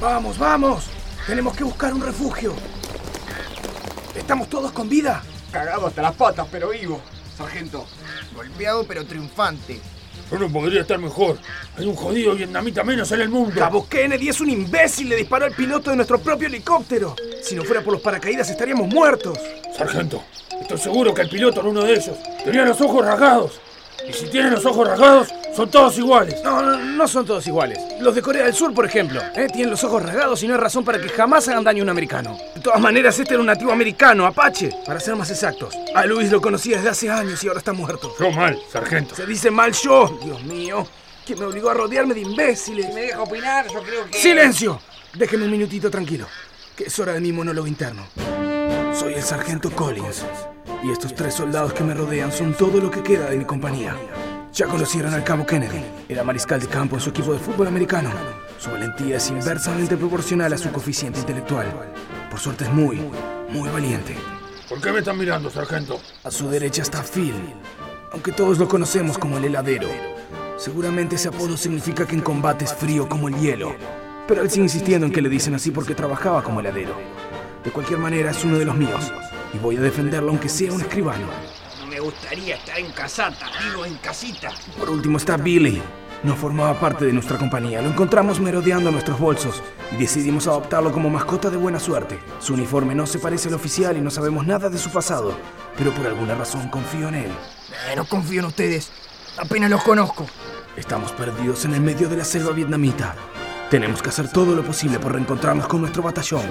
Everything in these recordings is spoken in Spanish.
Vamos, vamos. Tenemos que buscar un refugio. ¿Estamos todos con vida? Cagado hasta las patas, pero vivo. Sargento, golpeado pero triunfante. Yo no podría estar mejor. Hay un jodido vietnamita menos en el mundo. Cabo Kennedy es un imbécil. Le disparó al piloto de nuestro propio helicóptero. Si no fuera por los paracaídas estaríamos muertos. Sargento, estoy seguro que el piloto era uno de ellos. Tenía los ojos rasgados. Y si tienen los ojos rasgados, son todos iguales. No, no, no son todos iguales. Los de Corea del Sur, por ejemplo, ¿eh? tienen los ojos rasgados y no hay razón para que jamás hagan daño a un americano. De todas maneras, este era un nativo americano, apache, para ser más exactos. A Luis lo conocía desde hace años y ahora está muerto. Yo mal, sargento. Se dice mal yo, Dios mío, que me obligó a rodearme de imbéciles. Si me deja opinar, yo creo que... ¡Silencio! Déjeme un minutito tranquilo, que es hora de mi monólogo interno. Soy el sargento Collins. Y estos tres soldados que me rodean son todo lo que queda de mi compañía. Ya conocieron al cabo Kennedy. Era mariscal de campo en su equipo de fútbol americano. Su valentía es inversamente proporcional a su coeficiente intelectual. Por suerte es muy, muy valiente. ¿Por qué me están mirando, sargento? A su derecha está Phil, aunque todos lo conocemos como el heladero. Seguramente ese apodo significa que en combate es frío como el hielo. Pero él sigue insistiendo en que le dicen así porque trabajaba como heladero. De cualquier manera es uno de los míos y voy a defenderlo aunque sea un escribano. No me gustaría estar en casata, digo en casita. Por último está Billy. No formaba parte de nuestra compañía, lo encontramos merodeando nuestros bolsos y decidimos adoptarlo como mascota de buena suerte. Su uniforme no se parece al oficial y no sabemos nada de su pasado, pero por alguna razón confío en él. Eh, no confío en ustedes, apenas los conozco. Estamos perdidos en el medio de la selva vietnamita. Tenemos que hacer todo lo posible por reencontrarnos con nuestro batallón.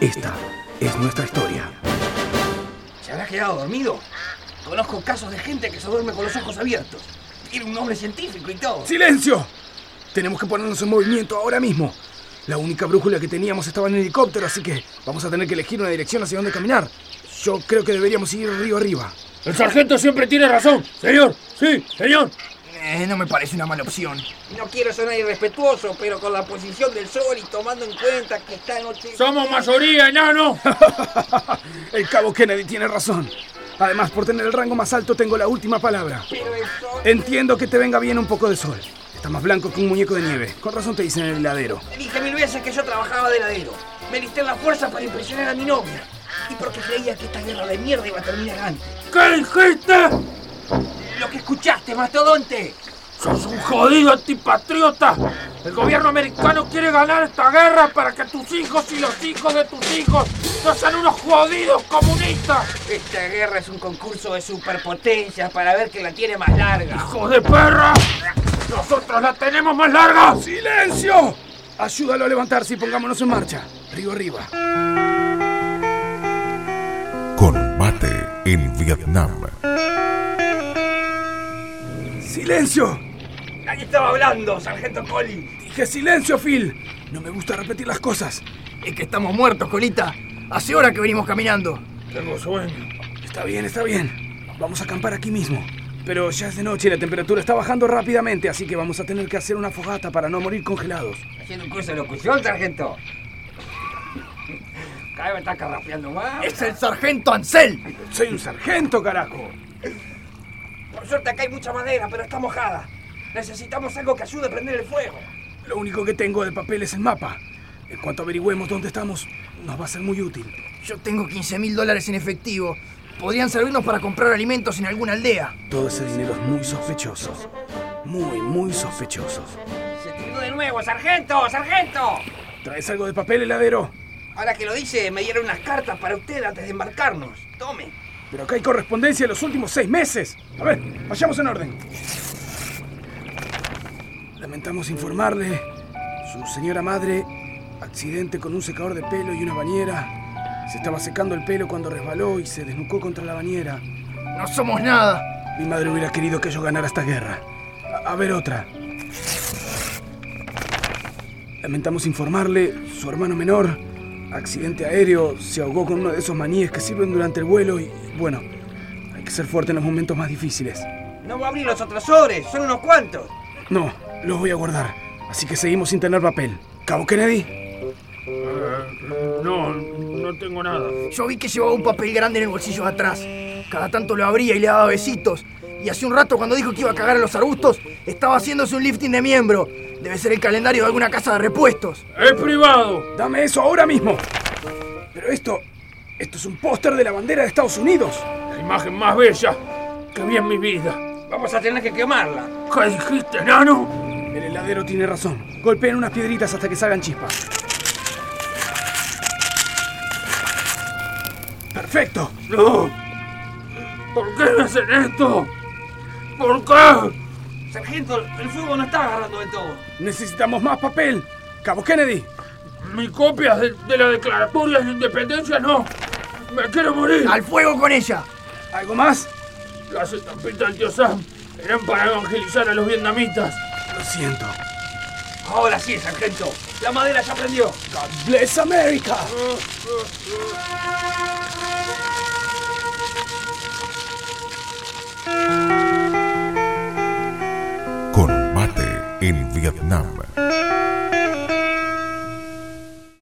Esta es nuestra historia. ¿Se habrá quedado dormido? Conozco casos de gente que se duerme con los ojos abiertos. Era un hombre científico y todo. ¡Silencio! Tenemos que ponernos en movimiento ahora mismo. La única brújula que teníamos estaba en el helicóptero, así que vamos a tener que elegir una dirección hacia dónde caminar. Yo creo que deberíamos ir río arriba. El sargento siempre tiene razón, señor. Sí, señor. Eh, no me parece una mala opción. No quiero sonar irrespetuoso, pero con la posición del sol y tomando en cuenta que está noche... Somos mayoría, enano. el cabo Kennedy tiene razón. Además, por tener el rango más alto, tengo la última palabra. Pero el sol... Entiendo que te venga bien un poco de sol. Está más blanco que un muñeco de nieve. Con razón te dicen el heladero. Te dije mil veces que yo trabajaba de heladero. Me listé en la fuerza para impresionar a mi novia. Y porque creía que esta guerra de mierda iba a terminar antes. ¿Qué dijiste? lo que escuchaste, mastodonte. Sos un jodido antipatriota. El gobierno americano quiere ganar esta guerra para que tus hijos y los hijos de tus hijos no sean unos jodidos comunistas. Esta guerra es un concurso de superpotencias para ver quién la tiene más larga. ¡Hijo de perra! ¡Nosotros la tenemos más larga! ¡Silencio! Ayúdalo a levantarse y pongámonos en marcha. Río arriba. Combate en Vietnam. ¡Silencio! Nadie estaba hablando, sargento Collins. Dije silencio, Phil. No me gusta repetir las cosas. Es que estamos muertos, Colita. Hace hora que venimos caminando. Tengo sueño. Está bien, está bien. Vamos a acampar aquí mismo. Pero ya es de noche y la temperatura está bajando rápidamente, así que vamos a tener que hacer una fogata para no morir congelados. ¿Haciendo un curso de locución, sargento? Cada vez me está carrapeando más. ¡Es el sargento Ansel! ¡Soy un sargento, carajo! Por suerte acá hay mucha madera, pero está mojada. Necesitamos algo que ayude a prender el fuego. Lo único que tengo de papel es el mapa. En cuanto averigüemos dónde estamos, nos va a ser muy útil. Yo tengo 15 mil dólares en efectivo. Podrían servirnos para comprar alimentos en alguna aldea. Todo ese dinero es muy sospechoso. Muy, muy sospechoso. Se tiró de nuevo, sargento, sargento. ¿Traes algo de papel, heladero? Ahora que lo dice, me dieron unas cartas para usted antes de embarcarnos. Tome. Pero acá hay correspondencia de los últimos seis meses. A ver, vayamos en orden. Lamentamos informarle. Su señora madre, accidente con un secador de pelo y una bañera. Se estaba secando el pelo cuando resbaló y se desnucó contra la bañera. No somos nada. Mi madre hubiera querido que yo ganara esta guerra. A, a ver otra. Lamentamos informarle, su hermano menor, accidente aéreo, se ahogó con uno de esos maníes que sirven durante el vuelo y, bueno, hay que ser fuerte en los momentos más difíciles. No voy a abrir los otros sobres, son unos cuantos. No, los voy a guardar, así que seguimos sin tener papel. ¿Cabo Kennedy? Uh, no, no tengo nada. Yo vi que llevaba un papel grande en el bolsillo de atrás. Cada tanto lo abría y le daba besitos. Y hace un rato cuando dijo que iba a cagar a los arbustos, estaba haciéndose un lifting de miembro. Debe ser el calendario de alguna casa de repuestos. ¡Es privado! Dame eso ahora mismo. Pero esto... Esto es un póster de la bandera de Estados Unidos. La imagen más bella que vi en mi vida. Vamos a tener que quemarla. ¿Qué dijiste, nano? El heladero tiene razón. Golpeen unas piedritas hasta que salgan chispas. Perfecto. No. ¿Por qué me hacen esto? ¿Por qué? Sargento, el fuego no está agarrando de todo. Necesitamos más papel. Cabo Kennedy. Mi copia de, de la declaratoria de independencia no. Me quiero morir. ¡Al fuego con ella! ¿Algo más? Las estampitas del tío Sam eran para evangelizar a los vietnamitas. Lo siento. Ahora sí, sargento. La madera ya prendió. Bless America. Combate en Vietnam.